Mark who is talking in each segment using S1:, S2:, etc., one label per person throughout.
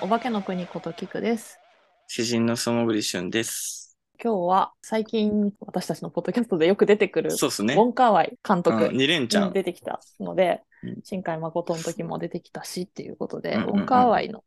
S1: お化けの国ことキクです。
S2: 詩人の素潜り俊です。
S1: 今日は最近私たちのポッドキャストでよく出てくる、
S2: そうですね
S1: ウォ。ンカーワイ監
S2: う
S1: 督
S2: ん、二連ちゃ
S1: に
S2: ん。
S1: 出てきたので、
S2: うん
S1: 新海誠の時も出てきたしっていうことで、
S2: うんうんうん
S1: ウォンカーワイの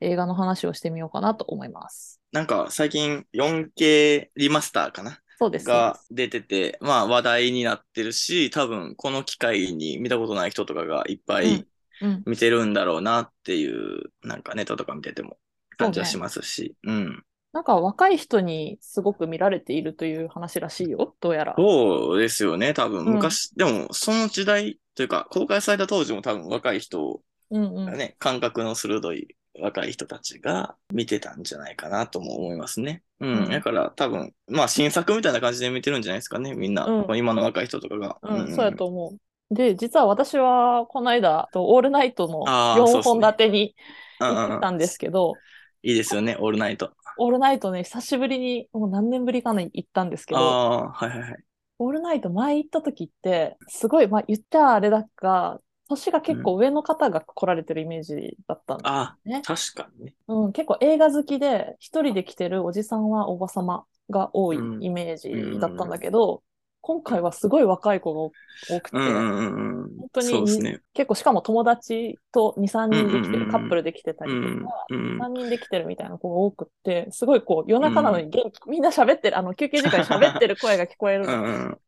S1: 映画の話をしてみようかなと思います。
S2: なんか最近 4K リマスターかな
S1: そうですね。
S2: が出てて、まあ話題になってるし、多分この機会に見たことない人とかがいっぱ
S1: う
S2: い
S1: んうん、
S2: 見てるんだろうなっていう、なんかネタとか見てても感じはしますし、うん。
S1: なんか若い人にすごく見られているという話らしいよ、どうやら。
S2: そうですよね、多分
S1: うん
S2: 昔、でもその時代というか、公開された当時も多分若い人
S1: うんうん
S2: ね、感覚の鋭い若い人たちが見てたんじゃないかなとも思いますね。うん。
S1: うん
S2: だから多分、まあ新作みたいな感じで見てるんじゃないですかね、みんな。
S1: うん
S2: 今の若い人とかが。
S1: うん、そうやと思う。で、実は私はこの間、とオールナイトの
S2: あーそう
S1: 4
S2: っすね
S1: 本立てに
S2: うんうん
S1: 行ってたんですけど、
S2: いいですよね、オールナイト。
S1: オールナイトね、久しぶりに、もう何年ぶりかに行ったんですけ
S2: あ
S1: ど、
S2: あ、はいはいはい。
S1: オールナイト前行った時って、すごい、まあ言っちゃあれだが、年が結構上の方が来られてるイメージだったの。
S2: ああ、
S1: ね
S2: 確かにね。
S1: うん、結構映画好きで、一人で来てるおじさんはおばさまが多い
S2: うん
S1: イメージだったんだけど、今回はすごい若い子が多くて、
S2: うんうんうんうん。
S1: 当に
S2: そうですね。
S1: 結構しかも友達と2、3人で来て
S2: うんうんうんう
S1: る、
S2: ん
S1: カップルで来てた
S2: う
S1: りと
S2: ん
S1: か、
S2: うん。
S1: 3人で来てるみたいな子が多くって、すごいこう、夜中なのに元気、みんな喋ってる、あの、休憩時間 に喋ってる声が聞こえる
S2: うんうん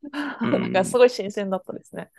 S1: の。 なんかすごい新鮮だったですね。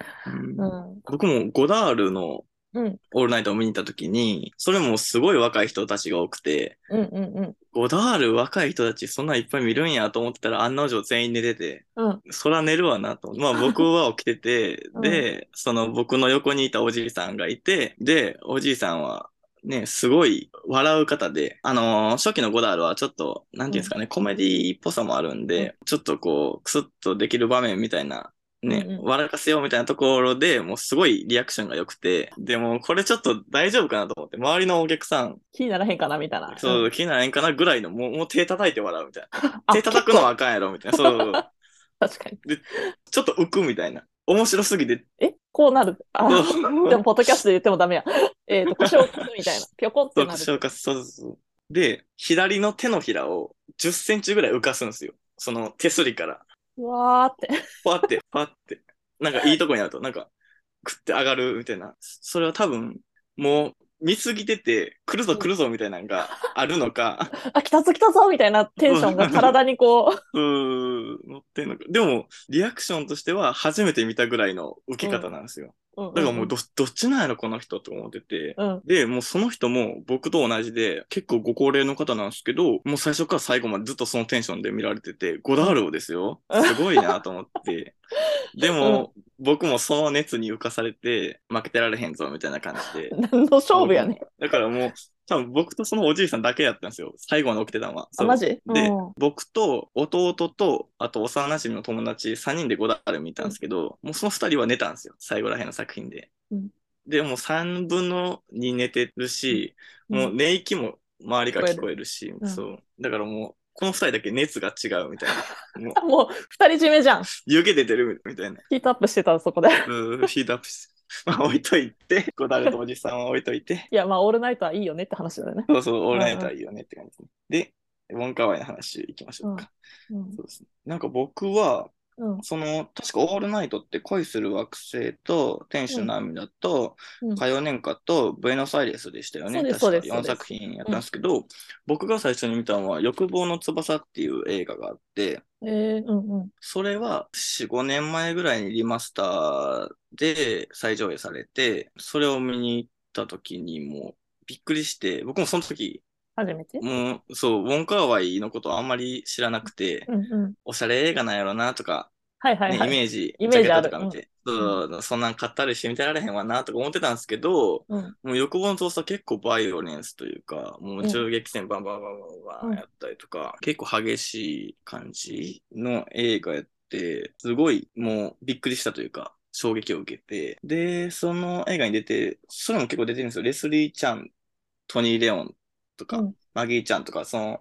S2: うん
S1: うん。
S2: 僕もゴダールの
S1: うん。
S2: オールナイトを見に行った時に、それもすごい若い人たちが多くて、
S1: うんうんうん。
S2: ゴダール若い人たちそんないっぱい見るんやと思ってたら案の定全員寝てて、
S1: うん
S2: そら寝るわなと思って。 まあ僕は起きてて
S1: う、ん
S2: で、その僕の横にいたおじいさんがいて、で、おじいさんはね、すごい笑う方で、あのー初期のゴダールはちょっと、なんていうんですかね、コメディっぽさもあるんで、ちょっとこう、クスッとできる場面みたいな、ね、
S1: うんうん
S2: 笑かせようみたいなところでもうすごいリアクションが良くて、でもこれちょっと大丈夫かなと思って、周りのお客さん、
S1: 気にならへんかなみたいな。
S2: そうう、
S1: ん
S2: 気にならんかなぐらいの、もうもう手叩いて笑うみたいな。
S1: あ
S2: 手叩くのはあかんやろみたいな。そうそうそう。
S1: 結構確かに。
S2: ちょっと浮くみたいな。面白すぎて。
S1: えこうなる。あ、
S2: そう
S1: でも、ポッドキャストで言ってもダメや。えっ と、腰を打つみたいな。ぴょこんっ
S2: そ
S1: て
S2: う
S1: な
S2: 消
S1: る。
S2: 化そうそうそう。で、左の手のひらを10センチぐらい浮かすんですよ。その手すりから。
S1: うわーって。
S2: パーって、 パーって。なんかいいとこにあると、なんか、くって上がるみたいな。それは多分、もう、見すぎてて、来るぞ来るぞみたいなのがあるのか、
S1: あ、来たぞ来たぞみたいなテンションが体にこう。
S2: うーん、乗ってんのか。でも、リアクションとしては初めて見たぐらいの受け方なんですよ。
S1: うん
S2: だからもうどどっちなんやろこの人と思ってて。
S1: うん。
S2: で、もうその人も僕と同じで、結構ご高齢の方なんですけど、もう最初から最後までずっとそのテンションで見られてて、ゴダールをですよ。すごいなと思って。でも、僕もその熱に浮かされて、負けてられへんぞみたいな感じで。
S1: 何の勝負やね。
S2: だからもう、多分僕とそのおじいさんだけやったんですよ。最後の起きてたのは。
S1: あ、
S2: そう
S1: マジ
S2: で
S1: うん
S2: 僕と弟と、あと幼馴染の友達3人でゴダール見たんですけど、もうその2人は寝たんですよ、最後らへんの作品で。
S1: うん
S2: で、もう3分の2寝てるし、
S1: うん
S2: もう寝息も周りから聞こえるし、
S1: える
S2: そう。だからもう、この2人だけ熱が違うみたいな。もう、
S1: もう二人占めじゃん。
S2: 湯気出てるみたいな。
S1: ヒートアップしてたそこで。
S2: うーヒートアップして。 まあ置いといて、ゴダールとおじさんは置いといて。
S1: いや、まあ、オールナイトはいいよねって話だよね。
S2: そうそう、オールナイトはいいよねって感じですね。で、ウォンカワイの話行きましょうか。
S1: うん
S2: そうですね。なんか僕は、
S1: うん。
S2: その、確かオールナイトって恋する惑星と天使の涙と、
S1: うん
S2: 火曜年花とブエノスアイレスでしたよね。
S1: そうですそうです
S2: 確か
S1: そう
S2: 4
S1: です
S2: 作品やったんですけど、僕が最初に見たのは欲望の翼っていう映画があって、
S1: えー、うんうん。
S2: それは4、5年前ぐらいにリマスターで再上映されて、それを見に行った時にもうびっくりして、僕もその時、
S1: 初めて
S2: もうそう、ウォンカーワイのことあんまり知らなくて、
S1: うんうん。
S2: おしゃれ映画なんやろなとか、
S1: はいはい
S2: ね
S1: は
S2: イ
S1: い。
S2: メージ、
S1: イメージある
S2: ジャケットとか見て、そうそんなん買ったりして見てられへんわなとか思ってたんですけど、
S1: うん
S2: もう欲望の操作結構バイオレンスというか、もう銃撃戦バンバンバンバンバンやったりとか、結構激しい感じの映画やって、すごいもうびっくりしたというか、衝撃を受けて、で、その映画に出て、それも結構出てるんですよ。レスリー・ちゃん、トニー・レオンとか、
S1: うん
S2: マギーちゃんとか、その、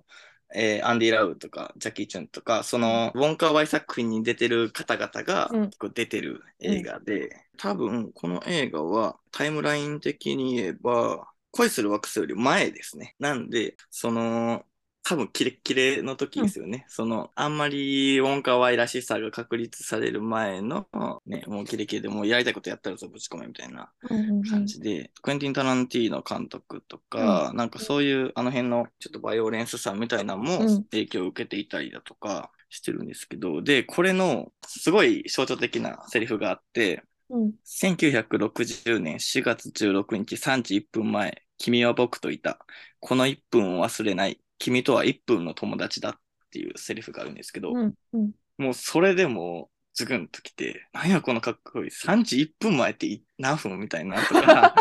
S2: えーアンディ・ラウとか、ジャッキー・チュンとか、その、ウォンカー・ワイ作品に出てる方々が
S1: うん
S2: 結構出てる映画で、多分、この映画は、タイムライン的に言えば、恋する惑星より前ですね。なんで、その、多分キレッキレの時ですよね。その、あんまり音可愛らしさが確立される前の、ね、もうキレッキレでもうやりたいことやったらさ、ぶち込めみたいな感じで、クエンティン・タランティーノ監督とか、なんかそういうあの辺のちょっとバイオレンスさみたいなのも
S1: うん
S2: 影響を受けていたりだとかしてるんですけど、で、これのすごい象徴的なセリフがあって、
S1: うん
S2: 1960年4月16日3時1分前、君は僕といた。この1分を忘れない。君とは1分の友達だっていうセリフがあるんですけ
S1: う
S2: ど、
S1: ん うん
S2: もうそれでもズグンときて、何やこのかっこいい。3時1分前ってい何分みたいなとか、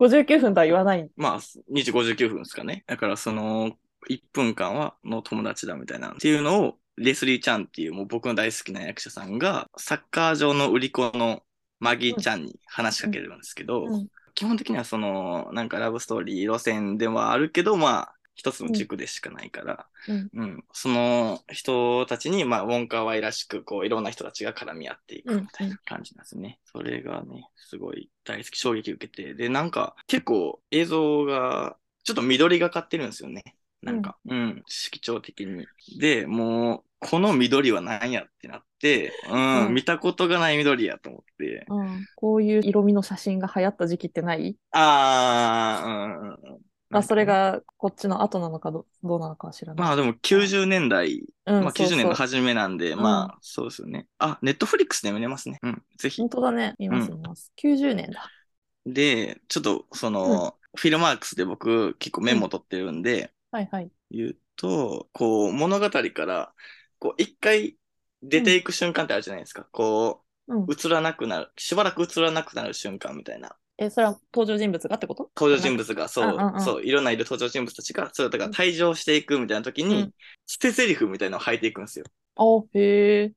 S1: 59分とは言わない。
S2: まあ、2時59分ですかね。だからその1分間はの友達だみたいなっていうのを、レスリーちゃんっていうもう僕の大好きな役者さんが、サッカー場の売り子のマギーちゃんに話しかけるんですけど、
S1: うん
S2: 基本的にはその、なんかラブストーリー路線ではあるけど、まあ、一つの軸でしかないから、
S1: うん
S2: その人たちに、まあ、ウォンカーワイらしく、こう、いろんな人たちが絡み合っていくみたいな感じなんですね。それがね、すごい大好き、衝撃受けて、で、なんか、結構映像が、ちょっと緑がかってるんですよね。なんか、うん、色調的に。で、もう、この緑は何やってなって、うん、
S1: うん
S2: 見たことがない緑やと思って、
S1: うんこういう色味の写真が流行った時期ってない
S2: ああ、うんうんうん。
S1: まあ、それ。がこっちの後なのかどどうなのかは知らない。
S2: まあでも90年代、
S1: うん
S2: まあ
S1: そう
S2: 90年の
S1: そう
S2: 初めなんで、
S1: ん
S2: まあそうですよね。あ、ネットフリックスで見れますね。うん、ぜひ
S1: 本。当だね。見ます見ます。90年だ。
S2: で、ちょっとその、フィルマークスで僕結構メモ取ってるんで、
S1: はいはい。
S2: 言うと、こう物語から、こう一回出ていく瞬間ってあるじゃないですか。こ
S1: うん
S2: う、、映らなくなる、しばらく映らなくなる瞬間みたいな。
S1: え、それは登場人物がってこと
S2: 登場人物が、そう、
S1: うんうん
S2: そう、いろんないる登場人物たちが、それとか
S1: うん
S2: 退場していくみたいな時に、
S1: うん
S2: 捨て台詞みたいなのを吐いていくんですよ。
S1: あ、へえ。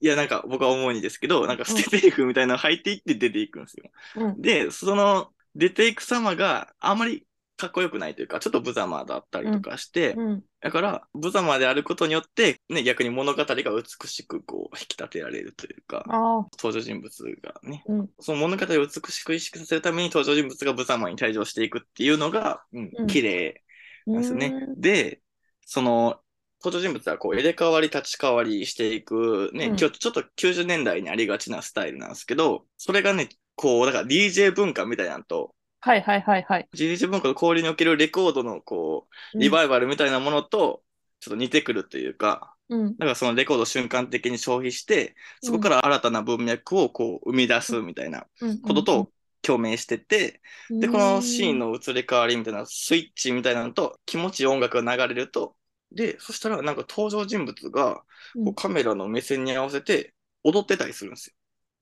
S2: いや、なんか僕は思うんですけど、なんか捨て台詞みたいなのを吐いていって出ていくんですよ。
S1: うん。
S2: で、その出ていく様があまりかっこよくないというか、ちょっと無様だったりとかして、
S1: うん。
S2: だから無様であることによって、ね、逆に物語が美しくこう引き立てられるというか、
S1: ああ、
S2: 登場人物がね、
S1: うん
S2: その物語を美しく意識させるために登場人物が無様に退場していくっていうのが、うん
S1: うん
S2: 綺麗なんですよね。
S1: う
S2: で、その登場人物はこう入れ替わり立ち替わりしていく、ね、
S1: うん
S2: ちょちょっと90年代にありがちなスタイルなんですけど、それがね、こう、だから DJ 文化みたいなのと、
S1: はいはいはいはい。
S2: DJ 文化の交流におけるレコードのこう、リバイバルみたいなものと、ちょっと似てくるというか、
S1: うん。
S2: だからそのレコードを瞬間的に消費して、そこから新たな文脈をこう生み出すみたいな
S1: うん、
S2: ことと共鳴してて、
S1: うん、
S2: で、このシーン
S1: の。
S2: の移り変わりみたいなスイッチみたいなのと気持ちいい音楽が流れると、で、そしたらなんか登場人物が
S1: うん
S2: こうカメラの目線に合わせて踊ってたりするんですよ。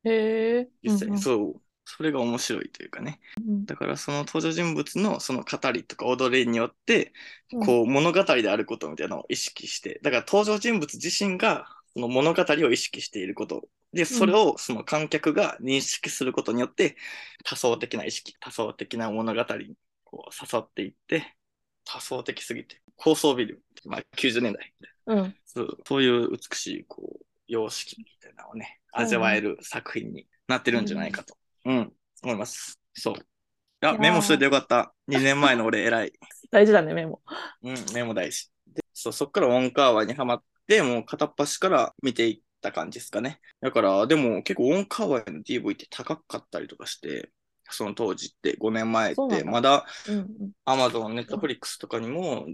S1: へえ。
S2: 実際
S1: うんう
S2: に。
S1: ん
S2: そう。それが面白いというかね。
S1: うん
S2: だからその登場人物のその語りとか踊りによって、
S1: うん
S2: こう物語であることみたいなのを意識して、だから登場人物自身がその物語を意識していること。で、それをその観客が認識することによって、多層的な意識、多層的な物語にこう誘っていって、多層的すぎて、高層ビル、まあ90年代
S1: うん。
S2: そうそういう美しいこう様式みたいなのをね、
S1: そうね
S2: 味わえる作品になってるんじゃないかと、うん、思います。そう。
S1: い
S2: あ、
S1: やー
S2: メモしといてよかった。2年前の俺偉い。
S1: 大事だね、メモ。
S2: うん、メモ大事。で、そう、そっからウォンカーワイにハマって、もう片っ端から見ていった感じですかね。だから、でも結構ウォンカーワイの DV って高かったりとかして、その当時って5年前っ
S1: そうなん
S2: て、
S1: だ
S2: まだ
S1: うんうん。
S2: Amazon、Netflix とかにも、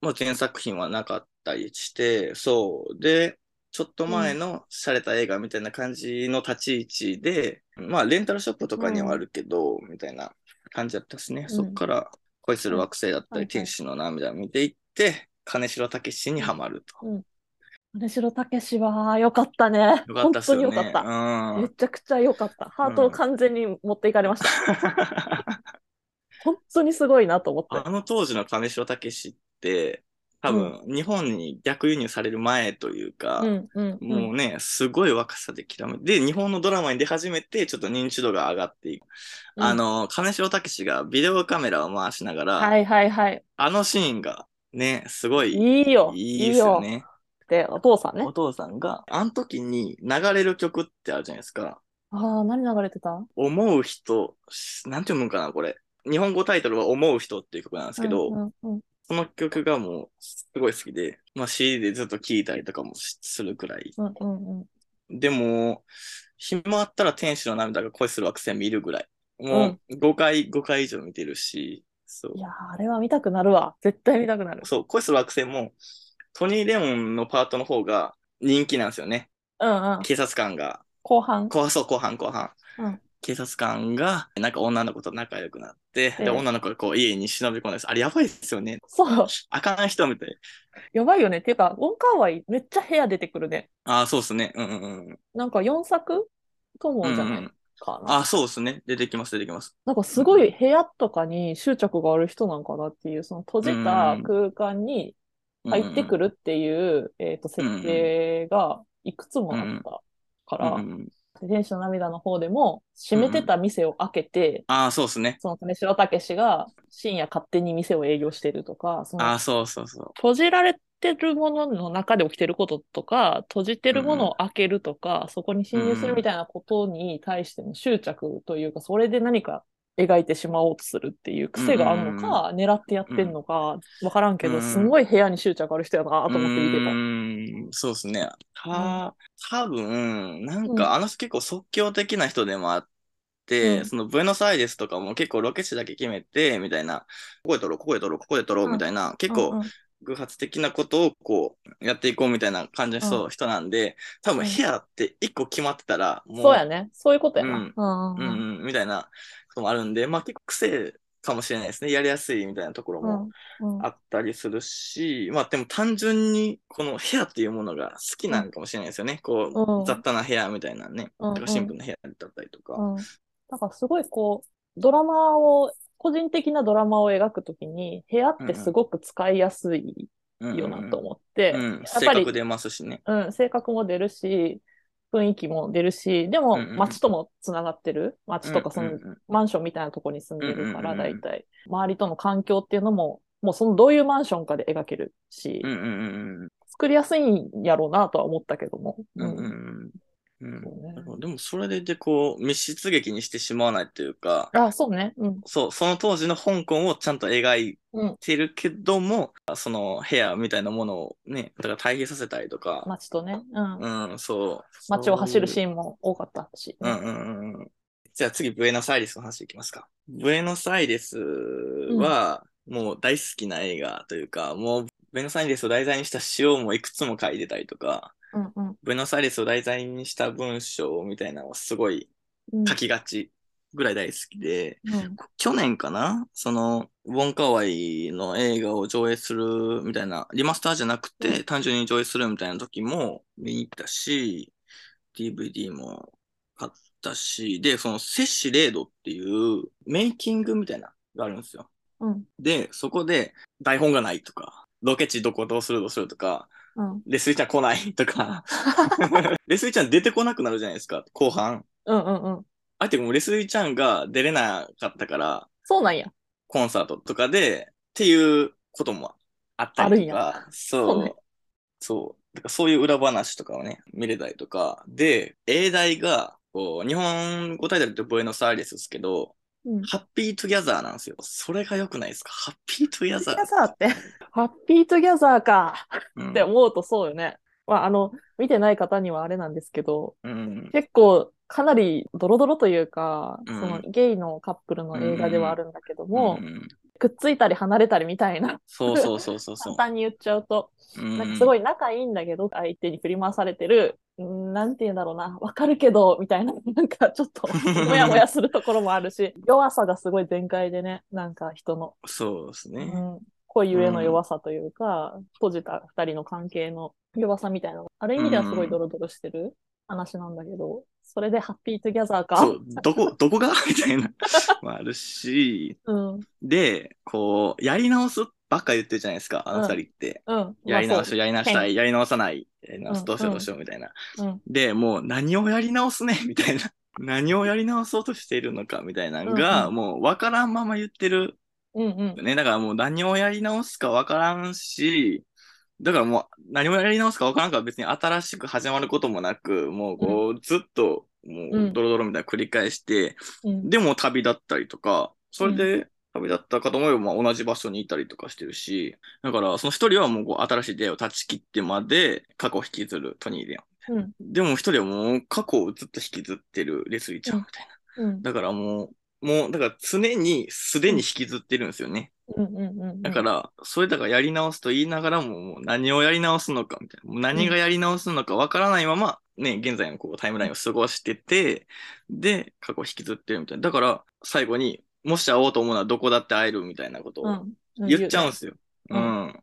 S2: まあ、全作品はなかったりして、そう。で、ちょっと前の洒落た映画みたいな感じの立ち位置で、まあ、レンタルショップとかにはあるけど、みたいな感じだったですね。
S1: うん
S2: そっから、恋する惑星だった
S1: はいは
S2: り、
S1: い
S2: 天使の涙を見ていって、金城武史にはまると。
S1: 金城武史は良かったね。
S2: よかったっすよね。
S1: 本当に良かった。
S2: う
S1: め
S2: ん。
S1: ちゃくちゃ良かった。ハートを完全に持っていかれました。本当にすごいなと思って。
S2: あの当時の金城武史って、多分、日本に逆輸入される前というか、
S1: うんうんうん。
S2: もうね、すごい若さできらめで、日本のドラマに出始めて、ちょっと認知度が上がっていく。
S1: うん
S2: あの、金城武史がビデオカメラを回しながら、
S1: はいはいはい。
S2: あのシーンが、ね、すごい、
S1: いいよ。
S2: いいですよ
S1: いい
S2: ね。
S1: って、お父さんね
S2: お。父さんが、あの時に流れる曲ってあるじゃないですか。
S1: ああ、何流れてた
S2: 思う人、なんて読むんかな、これ。日本語タイトルは思う人っていう曲なんですけど、
S1: うんうんうん
S2: その曲がもうすごい好きで、まあ CD でずっと聴いたりとかもしするくらい。
S1: うんうんうん
S2: でも、暇あったら天使の涙が恋する惑星見るぐらい。もう5回、5回以上見てるし、そう
S1: い。やーあれは見たくなるわ。絶対見たくなる。
S2: そう、恋する惑星も、トニー・レオンのパートの方が人気なんですよね。
S1: うんうん。
S2: 警察官が
S1: 後半。
S2: 後半、そう、後半、後半。
S1: うん
S2: 警察官が、なんか女の子と仲良くなって、
S1: ええ
S2: で、女の子がこう家に忍び込んであれやばいですよね。
S1: そう。
S2: あかん人みたい。
S1: やばいよね。ていうか、ウォンカーワイめっちゃ部屋出てくるね。
S2: ああ、そうっすね。うんうんうん。
S1: なんか4作ともじゃ
S2: うんう
S1: ない
S2: ん
S1: かな。
S2: ああ、そうっすね。出てきます、出てきます。
S1: なんかすごい部屋とかに執着がある人なんかなっていう、その閉じた空間に
S2: うんうん
S1: 入ってくるっていう、えっと、設定がいくつもあったか
S2: うん
S1: ら、
S2: うん
S1: 天使の涙の方でも閉めてた店を開けて、
S2: ああ、そうっすね。
S1: その金城武史が深夜勝手に店を営業してるとか、その
S2: ああ、そうそうそ
S1: 閉じられてるものの中で起きてることとか、閉じてるものを開けるとか、そこに侵入するみたいなことに対しての執着というか、それで何か描いてしまおうとするっていう癖があるのか、狙ってやってんのか、わからんけど、
S2: うん
S1: すごい部屋に執着ある人やな
S2: う。
S1: と思って見て
S2: う
S1: た。
S2: ーん、そうっすね。た、多分なんか、あの人結構即興的な人でもあって、
S1: うん
S2: そのブエノスアイレスとかも結構ロケ地だけ決めて、みたいな、ここで撮ろう、ここで撮ろう、ここで撮ろう、みたいな、結構、
S1: うんうん
S2: 偶発的なことをこうやっていこうみたいな感じの人,、
S1: う
S2: 人なんで多分
S1: うん
S2: 部屋って一個決まってたらもう
S1: そうやね。そういうことやな。うんうんうん
S2: うんうんみたいなこともあるんでまあ結構癖かもしれないですねやりやすいみたいなところも
S1: うんうん
S2: あったりするし、まあでも単純にこの部屋っていうものが好きなのかもしれないですよね、こう、
S1: うん
S2: 雑多な部屋みたいなね、
S1: うんうん
S2: とかシンプルな部屋だったりとか、
S1: うん、だからすごいこう、ドラマを、個人的なドラマを描くときに、部屋ってすごく使いやすい
S2: うんうん
S1: よなと思って、
S2: うん
S1: やっ
S2: 性
S1: ぱり
S2: 格、出ますしね
S1: うん、性格も出るし、雰囲気も出るし、でも
S2: うんうん
S1: 街ともつながってる。街とかその
S2: うんうんうん
S1: マンションみたいなとこに住んでるか
S2: う
S1: ら、
S2: んうんう
S1: だ
S2: んう
S1: い
S2: ん
S1: たい。周りとの環境っていうのも、もうそのどういうマンションかで描けるし
S2: う、んうんうん
S1: 作りやすいんやろうなとは思ったけども。
S2: うんう
S1: う
S2: んう
S1: ん
S2: んうんうん
S1: そうね
S2: なんかでもそれででこう密室劇にしてしまわないというか、
S1: あ、そうね。うん。
S2: そう、その当時の香港をちゃんと描い
S1: うん。
S2: てるけども、その部屋みたいなものをね、だから対比させたりとか、
S1: 街とね。うん。
S2: うん、そう。
S1: 街を走る
S2: ーン。
S1: シーンも多かったし。
S2: うんうんうんうん。じゃあ次、ブエノスアイレスの話いきますか。ブエノスアイレスは、もう大好きな映画というか、もうブエノスアイレスを題材にした詩をもういくつも書いてたりとか、
S1: うんうん
S2: ブエノスアイレスを題材にした文章みたいなのをすごい
S1: うん
S2: 書きがちぐらい大好きで、
S1: うん
S2: 去年かなその、ウォンカワイの映画を上映するみたいな、リマスターじゃなく
S1: う
S2: て、単純に上映するみたいな時も見に行ったし、DVD も買ったし、で、その、セシレードっていうメイキングみたいなのがあるんですよ。
S1: うん
S2: で、そこで台本がないとか、ロケ地どこどうするどうするとか、
S1: うん
S2: レスイちゃん来ないとか、レスイちゃん出てこなくなるじゃないですか、後半。
S1: うんうんうん
S2: あえてもうレスイちゃんが出れなかったから、
S1: そうなんや。
S2: コンサートとかでっていうこともあったりと
S1: あるん
S2: か、そう、
S1: そうね
S2: そう、だからそういう裏話とかをね、見れたりとか、で、英大が、こう、日本語タイトルってボエノスアイレスですけど、
S1: うん。
S2: ハッピートゥギャザーなんですよ。それが良くないですかハッピートゥギャザー。
S1: って。 ハッピートゥギャザーか
S2: うん
S1: って思うとそうよね。まあ、あの、見てない方にはあれなんですけど、
S2: うん。
S1: 結構かなりドロドロというか、
S2: うん
S1: そのゲイのカップルの映画ではあるんだけども、
S2: うん
S1: くっついたり離れたりみたいな、
S2: そうそうそうそうそ
S1: 簡
S2: う。
S1: 単に言っちゃうと、 なんかすごい仲いいんだけど、相手に振り回されてる、うんなんて言うんだろうな、わかるけど、みたいな、 なんかちょっと、もやもやするところもあるし、弱さがすごい全開でね、なんか人の、
S2: うんそうです
S1: う
S2: ね。
S1: ん、恋ゆえの弱さというか、閉じた二人の関係の弱さみたいなの、ある意味ではすごいドロドロしてる話なんだけど、それでハッピートゥギャザーか。
S2: そう、どこ、どこが みたいな、もあるし、
S1: うん、うん、
S2: で、こう、やり直すばっか言ってるじゃないですか、あの二人って。やり
S1: ま
S2: 直
S1: あ
S2: し
S1: そ
S2: よ
S1: う
S2: う、やり直したい、やり直さない、やり直
S1: う
S2: す、
S1: ん
S2: どうしよう、どうしよう、みたいな。
S1: うん
S2: で、もう何をやり直すね、 みたいな。何をやり直そうとしているのか、みたいなのが、
S1: うんう
S2: もう分からんまま言ってる。
S1: うんうん、
S2: ね、だからもう何をやり直すか分からんし、だからもう何をやり直すか分からんから別に新しく始まることもなく、もうこう、ずっと、も
S1: う
S2: う、
S1: ん
S2: ドロドロみたいなの繰り返して、
S1: うん、
S2: でも旅立ったりとか、それで旅立ったかと思えば、まあ、同じ場所にいたりとかしてるし、だから、その一人はもうこう新しい出会いを断ち切ってまで過去を引きずるトニーレオン。
S1: うん。
S2: でも一人はもう過去をずっと引きずってるレスリーちゃんみたいな。
S1: うん。
S2: だからもう、もう、だから常にすでに引きずってるんですよね。
S1: うん。うん。うん。
S2: だから、それだからやり直すと言いながらも、もう何をやり直すのかみたいな、もう何がやり直すのかわからないまま、ね、現在のこうタイムラインを過ごしてて、で、過去を引きずってるみたいな。だから、最後に、もし会おうと思うのはどこだって会えるみたいなこと
S1: う
S2: を
S1: ん。
S2: 言っちゃうん
S1: う
S2: ですよ。
S1: う
S2: うんん。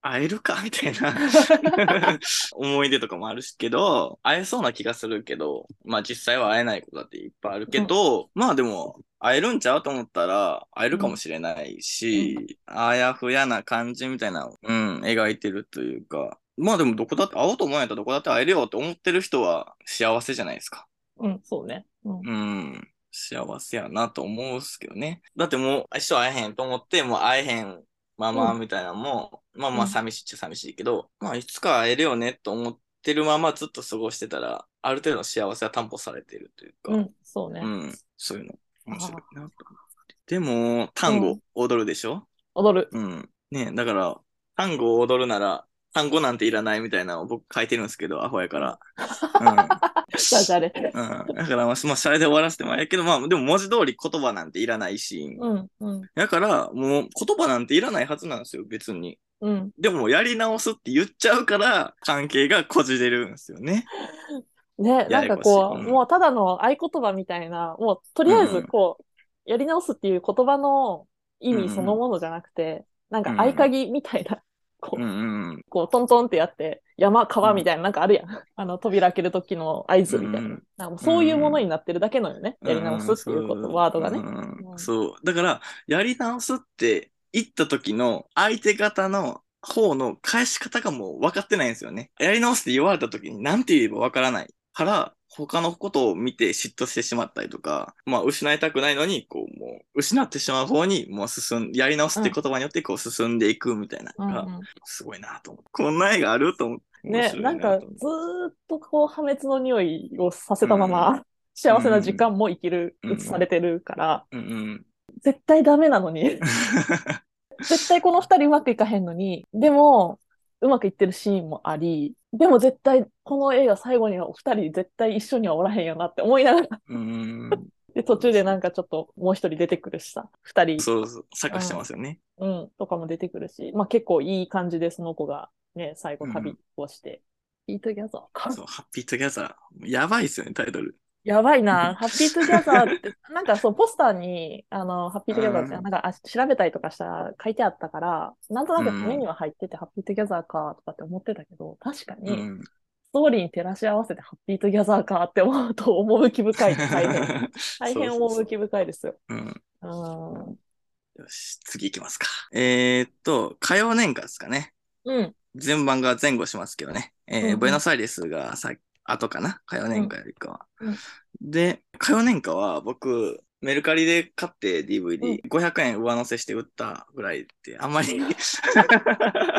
S2: 会えるかみたいな 思い出とかもあるしけど、会えそうな気がするけど、まあ実際は会えないことだっていっぱいあるけど、まあでも会えるんちゃうと思ったら会えるかもしれないし、あやふやな感じみたいなのを、うん、描いてるというか、まあでもどこだって会おうと思うんやったらどこだって会えるよって思ってる人は幸せじゃないですか。
S1: うん。そうね。うん。
S2: うん。幸せやなと思うっすけどね。だってもう、一生会えへんと思って、もう会えへんまま
S1: うん
S2: みたいなのも、まあま
S1: う
S2: あ
S1: ん
S2: 寂しいっちゃ寂しいけど、まあいつか会えるよねと思ってるままずっと過ごしてたら、ある程度の幸せは担保されてるというか、
S1: う
S2: うん、
S1: ん。そうね。
S2: そういうの面白いなと思って。でも、単
S1: う
S2: 語
S1: ん
S2: 踊るでしょ
S1: 踊る。
S2: うん。ねだから、単語を踊るなら、単語なんていらないみたいなのを僕書いてるんですけど、アホ やから。うん
S1: ダジャレ。
S2: うんだからまあ、まあ、それで終わらせてもらえるけど、まあ、でも文字通り言葉なんていらないし、
S1: うん。うん。
S2: だから、もう言葉なんていらないはずなんですよ、別に。
S1: うん。
S2: でも、やり直すって言っちゃうから、関係がこじれるんですよね。
S1: ね、
S2: や
S1: なんかこ
S2: やこ
S1: う、
S2: しいうん
S1: もうただの合言葉みたいな、もうとりあえずこう、やり直すっていう言葉の意味そのものじゃなくて、なんか合鍵みたいな、こ
S2: う
S1: う、
S2: んうん。
S1: こうトントンってやって、山、川
S2: うん
S1: みたいな、なんかあるやん。あの、扉開ける時の合図みたいな。
S2: うん
S1: なんかもうそういうものになってるだけのよね、やり直すっていうこと、ワードが
S2: う
S1: ね。
S2: ん
S1: うん
S2: そう。だから、やり直すって言った時の相手方の方の返し方がもう分かってないんですよね。やり直すって言われた時に何て言えば分からないから、他のことを見て嫉妬してしまったりとか、まあ失いたくないのに、こうもう失ってしまう方にもう進ん、やり直すって言葉によってこう進んでいくみたいな
S1: うん
S2: のが、
S1: うん
S2: すごいなと思って。こんな絵があると思って。面
S1: ね、
S2: 白い
S1: なんか
S2: と
S1: ず
S2: 思って
S1: ーっとこう破滅の匂いをさせたまま、
S2: う
S1: 幸せな時間も生きる、
S2: うん
S1: 映されてるから、
S2: うんうん。
S1: 絶対ダメなのに。絶対この二人うまくいかへんのに、でも、うまくいってるシーンもあり、でも絶対、この映画最後にはお二人絶対一緒にはおらへんよなって思いながら、
S2: うん
S1: で、途中でなんかちょっともう一人出てくるしさ、二人、
S2: そうそう、作してますよね。
S1: うん、とかも出てくるし、まあ結構いい感じでその子がね、最後旅をして、ヒートギャザーか。
S2: そう、ハッピートギャザー。やばいっすよね、タイトル。
S1: やばい な、ハッピートゥギャザーって、なんかそう、ポスターに、あの、ハッピートゥギャザーって、
S2: うん
S1: なんかあ調べたりとかしたら書いてあったから、なんとなく目には入ってて、ハッピートゥギャザーか、とかって思ってたけど、確か
S2: う
S1: に、
S2: ん。
S1: ストーリーに照らし合わせて、ハッピートゥギャザーかって思うと、趣深い。大 変、大変
S2: き。
S1: 趣深いですよ。
S2: うん。
S1: うーん。
S2: よし、次行きますか。えー、っと、火曜年間ですかね。
S1: うん。
S2: 順番が前後しますけどね。えー
S1: うんうん
S2: ブエノスアイレスがさ後かな火曜年間よりかは。
S1: うんうん
S2: で、火曜年間は僕、メルカリで買って DVD、
S1: うん
S2: 500円上乗せして売ったぐらいって、あ んまり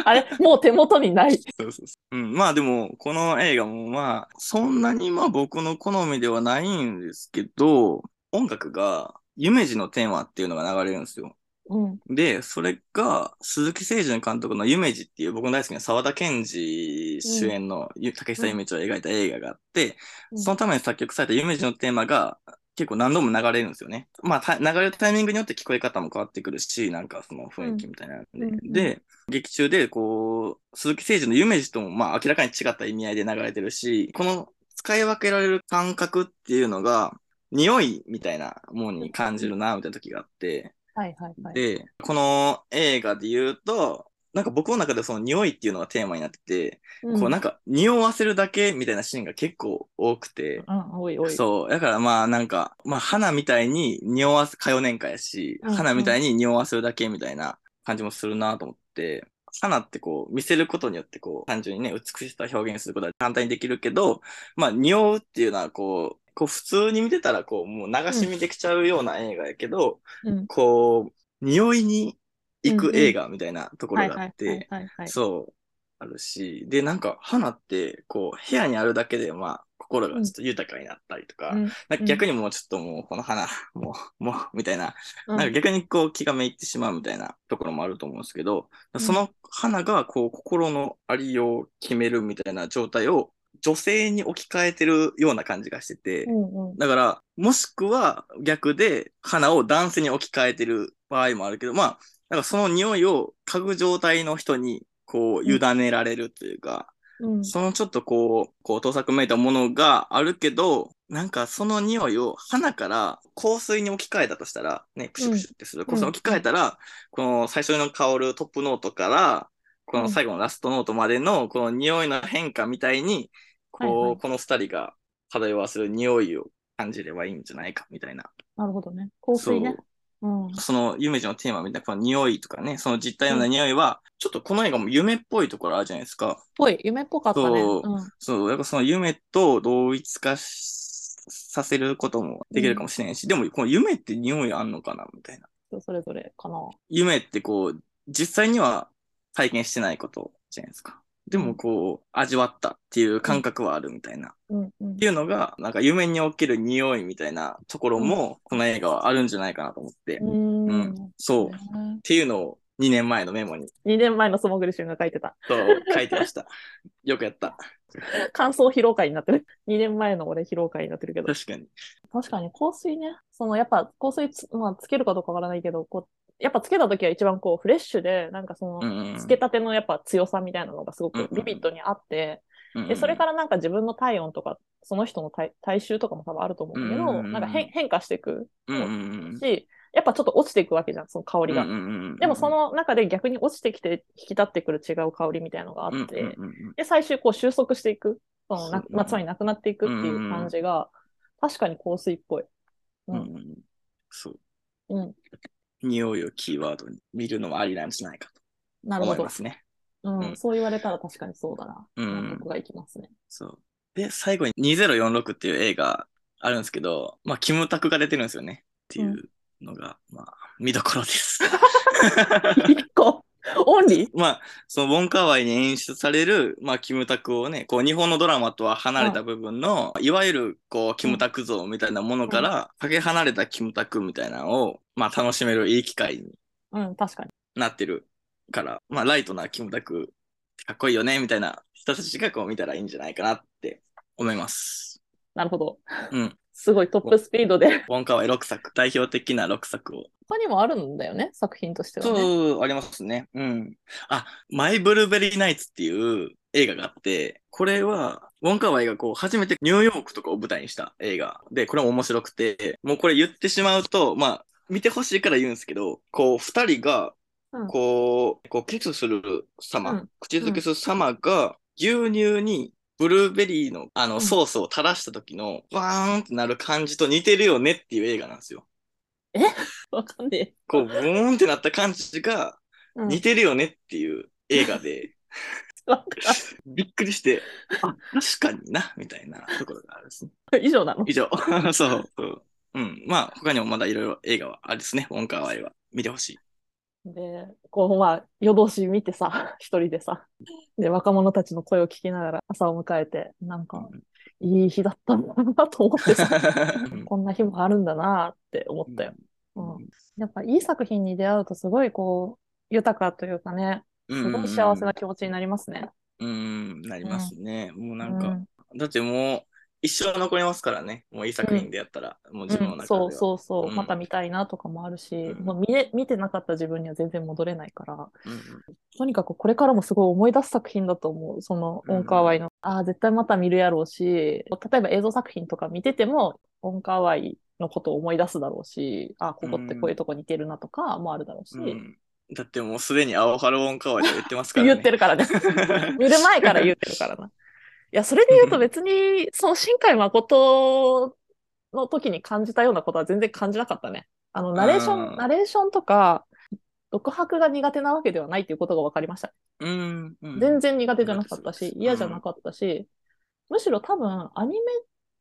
S1: あれ、もう手元にない。
S2: そうそうそう。うん、まあでも、この映画もまあ、そんなにまあ僕の好みではないんですけど、音楽が、夢二のテーマっていうのが流れるんですよ。
S1: うん。
S2: で、それが、鈴木誠純監督の夢二っていう僕の大好きな沢田研二主演のゆ竹下夢二を描いた映画があって、
S1: うん
S2: そのために作曲された夢二のテーマが、結構何度も流れるんですよね。まあ、た流れるタイミングによって聞こえ方も変わってくるし、なんかその雰囲気みたいなんで。
S1: うんうん
S2: で、劇中で、こう、鈴木誠二の夢二とも、まあ、明らかに違った意味合いで流れてるし、この使い分けられる感覚っていうのが、匂いみたいなもんに感じるな、みたいな時があって、
S1: はいはいはい。
S2: で、この映画で言うと、なんか僕の中でその匂いっていうのがテーマになってて、こうなん
S1: か、
S2: か匂わせるだけみたいなシーンが結構多くて、
S1: うん、おいおい。
S2: そう。だからまあなんか、まあ花みたいに匂わせ、火曜年間やし、
S1: うんうん
S2: 花みたいに匂わせるだけみたいな感じもするなと思って、花ってこう見せることによってこう単純にね、美しさを表現することは簡単にできるけど、まあ匂うっていうのはこう、こう普通に見てたらこうもう流し見できちゃうような映画やけど、
S1: うん。
S2: こう、匂いに行く映画みたいなとこ
S1: はい
S2: ろが
S1: は
S2: あ
S1: い
S2: って、
S1: はいはいはい。
S2: そう、あるし、で、なんか、花って、こう、部屋にあるだけで、まあ、心がちょっと豊かになったりとか、
S1: うん
S2: なん
S1: う
S2: か
S1: ん
S2: 逆にもうちょっともうこの花、 もう、もう、みたいな、
S1: うん
S2: なんか逆にこう気がめいってしまうみたいなところもあると思うんですけど、
S1: ん
S2: その花がこう心のありようを決めるみたいな状態を女性に置き換えてるような感じがしてて、
S1: うんうん
S2: だから、もしくは逆で花を男性に置き換えてる場合もあるけど、まあ、なんかその匂いを嗅ぐ状態の人にこう委ねられるというか、
S1: うん
S2: そのちょっとこう、こう、盗作めいたものがあるけど、なんかその匂いを鼻から香水に置き換えたとしたら、ね、プシュプシュってする香水に置き換えたら、この最初の香るトップノートから、この最後のラストノートまでの、この匂いの変化みたいに、こう、
S1: はいはい
S2: この二人が漂わせる匂いを感じればいいんじゃないか、みたいな。
S1: なるほどね。香水ね。うん。
S2: そう。その、夢二のテーマみたいな、この匂いとかね、その実態のような匂いは、ちょっとこの映画も夢っぽいところあるじゃないですか。
S1: ぽい、夢っぽかったね。
S2: そう
S1: うん
S2: そう、やっぱその夢と同一化しさせることもできるかもしれんし、でもこの夢って匂いあんのかなみたいな。
S1: 人それぞれかな。
S2: 夢ってこう、実際には体験してないことじゃないですか。でもこう、味わったっていう感覚はあるみたいな。っ
S1: うんうん
S2: て。いうのが、なんか夢における匂いみたいなところも、この映画はあるんじゃないかなと思って。
S1: うん
S2: うそう。っていうのを2年前のメモに、
S1: 2年前の素潜り君が書いてた。
S2: そう、書いてました。 よくやった。
S1: 感想疲労会になってる。2年前の俺疲労会になってるけど。
S2: 確かに。
S1: 確かに香水ね。そのやっぱ香水つ,、まあ、つけるかどうかわからないけど、こう、やっぱつけた時は一番こうフレッシュで、なんかその、
S2: うんうん。
S1: つけたてのやっぱ強さみたいなのがすご
S2: うん
S1: く
S2: うん
S1: ビビッドにあって、
S2: うんうん
S1: で、それからなんか自分の体温とか、その人の体体臭とかも多分あると思うんだけど、
S2: うんうんうん
S1: なんか変変化していく
S2: うんうんうん、
S1: し、やっぱちょっと落ちていくわけじゃん、その香りが。
S2: うんうんうんうん
S1: でもその中で逆に落ちてきて引き立ってくる違う香りみたいなのがあって、
S2: うんうんうん
S1: で、最終こう収束していく。そのな
S2: そう
S1: まあ、つまりなくなっていくっていう感じが、確かに香水っぽい。う
S2: うんんうんうんそう。
S1: うん。
S2: 匂いをキーワードに見るのもありなんじゃないか
S1: な
S2: と
S1: る
S2: 思
S1: ほ
S2: い
S1: ど
S2: ま。すね。
S1: う
S2: うん
S1: ん。そう言われたら確かにそうだな。
S2: うんうん
S1: 納得がいきますね。
S2: そう。で、最後に2046っていう映画あるんですけど、まあ、キムタクが出てるんですよね。っていうのが、まあ、見どころです。
S1: 一個。オンリー
S2: まあ、そのウォンカーワイに演出される、まあ、キムタクをね、こう、日本のドラマとは離れた部分の、いわゆる、こう、キムタク像みたいなものから、かけ離れたキムタクみたいなのを、まあ、楽しめるいい機会に
S1: うん、確かに。
S2: なってるから、まあ、ライトなキムタクってかっこいいよね、みたいな人たちがこう見たらいいんじゃないかなって思います。
S1: なるほど。
S2: うん。
S1: すごいトップスピードで。
S2: ウォンカワイ6作、代表的な6作を。
S1: 他にもあるんだよね、作品としてはね。
S2: そう、ありますね。うん。あ、マイブルーベリーナイツっていう映画があって、これは、ウォンカワイがこう、初めてニューヨークとかを舞台にした映画で、これも面白くて、もうこれ言ってしまうと、まあ、見てほしいから言うんですけど、こう、二人が
S1: うん
S2: こう、こうキスする様、
S1: うん
S2: 口づけする様が、牛乳にブルーベリーのあ
S1: う
S2: の
S1: ん
S2: ソースを垂らした時の、バーンってなる感じと似てるよねっていう映画なんですよ。
S1: わかんねえ。
S2: こう、ブーンってなった感じが
S1: うん
S2: 似てるよねっていう映画で、
S1: わか
S2: びっくりして、あ、確かにな、みたいなところがあるんですね。
S1: 以上なの。
S2: 以上。そう。うんうん。まあ、他にもまだいろいろ映画はあれですね。ウォンカーワイは。見てほしい。
S1: で、こう、まあ、夜通し見てさ、 一人でさ、で、若者たちの声を聞きながら朝を迎えて、なんか、いい日だったんだなと思 ってさ、
S2: うん
S1: こんな日もあるんだなって思ったよ。うん。やっぱ、いい作品に出会うと、すごい、こう、豊かというかね、すごい幸せな気持ちになりますね。
S2: うん、なりますね。もう
S1: う
S2: なんか、だってもう一生残りますからね。もういい作品でやったら、もう自分の
S1: うん
S2: 中では。
S1: そうそうそう、
S2: うん
S1: また見たいなとかもあるし、
S2: うん
S1: もう見れ見てなかった自分には全然戻れないから、
S2: うん
S1: とにかくこれからもすごい思い出す作品だと思う、その、
S2: うん
S1: オンカーワイの。ああ、絶対また見るやろうし、例えば映像作品とか見てても、オンカーワイのことを思い出すだろうし、ああ、ここってこういうとこ似てるなとかもあるだろうし、
S2: うんうんだってもうすでに青春ウォンカワイと言ってますから、ね。
S1: 言ってるからね。見る前から言ってるからな。いや、それで言うと別に、その新海誠の時に感じたようなことは全然感じなかったね。あの、ナレーショ
S2: うん
S1: ン、ナレーションとか、独白が苦手なわけではないっていうことが分かりました。
S2: うん、うん。
S1: 全然苦手じゃなかった
S2: そう
S1: し
S2: で、す
S1: 嫌じゃなかったし、むしろ多分アニメ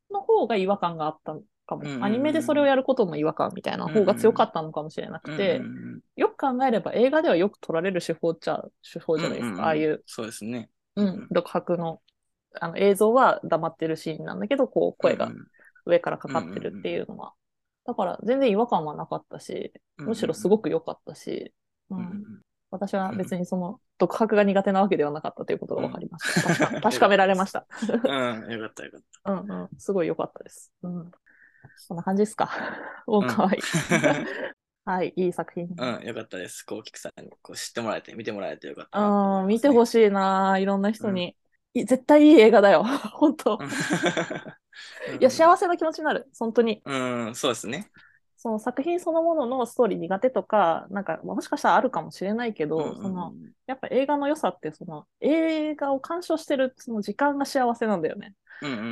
S1: の方が違和感があったか
S2: うんうんうん
S1: も。アニメでそれをやることの違和感みたいな方が強かったのかもしれなくて
S2: うん、うん
S1: よく考えれば映画ではよく取られる手法っちゃ、手法じゃないです
S2: うんうんうん
S1: か。ああいう
S2: そうですね。
S1: う
S2: うん
S1: ん、独白のあの映像は黙ってるシーンなんだけど、こう声が
S2: うんうん
S1: 上からかかってるっていうのは。だから全然違和感はなかったし、むしろすごく良かったし、う
S2: うんんうん
S1: 私は別にその独白が苦手なわけではなかったということが分かりました。確か確かめられました。
S2: うん。うん、よかったよかっ
S1: うんうん、すごい良かったです。うん。そんな感じですか。 お
S2: うん
S1: かわいい。
S2: た。
S1: はい、いい作品。
S2: うん、よかったです。こう、菊さんにこう知ってもらえて、見てもらえてよかったなと
S1: ああ、
S2: 思
S1: 見
S2: います
S1: て
S2: ね
S1: ほしいな、いろんな人に。い絶対いい映画だよ、 本当。
S2: うん
S1: いや、幸せな気持ちになる、本当に。
S2: うん、そうですね。
S1: その作品そのもののストーリー苦手とか、なんか、もしかしたらあるかもしれないけど、
S2: ん
S1: その、やっぱ映画の良さって、その、映画を鑑賞してるその時間が幸せなんだよね。
S2: うんうんうんう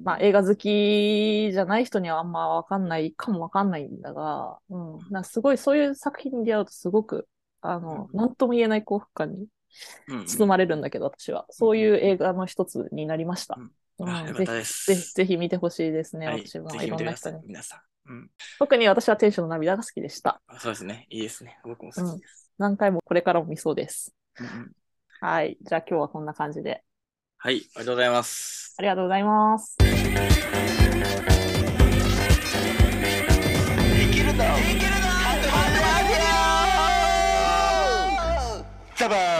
S2: ん。
S1: まあ、映画好きじゃない人にはあんまわかんないかもわかんないんだが、うん、なんかすごいそういう作品に出会うとすごく、あの、
S2: うん
S1: なんとも言えない幸福感に
S2: うんうん
S1: 包まれるんだけど、私は。そういう映画の一つになりました。う
S2: あ
S1: ん
S2: よか
S1: ぜ
S2: った
S1: ひ、
S2: です。
S1: ぜひ、ぜひ見てほしいですね、
S2: はい、
S1: 私も
S2: ぜ
S1: い
S2: ひ見
S1: ろん
S2: てく
S1: な
S2: だ
S1: 人
S2: さい
S1: に。、
S2: 皆さん。うん、
S1: 特に私は天使の涙が好きでした。
S2: あそうですね。いいですね。僕も好きです。
S1: 何回もこれからも見そうです。
S2: うんうん
S1: はい。じゃあ今日はこんな感じで。
S2: はい、ありがとうございます
S1: あ。りがとうございます。
S3: 生きるぞ生きるぞハッピーバースデーザバー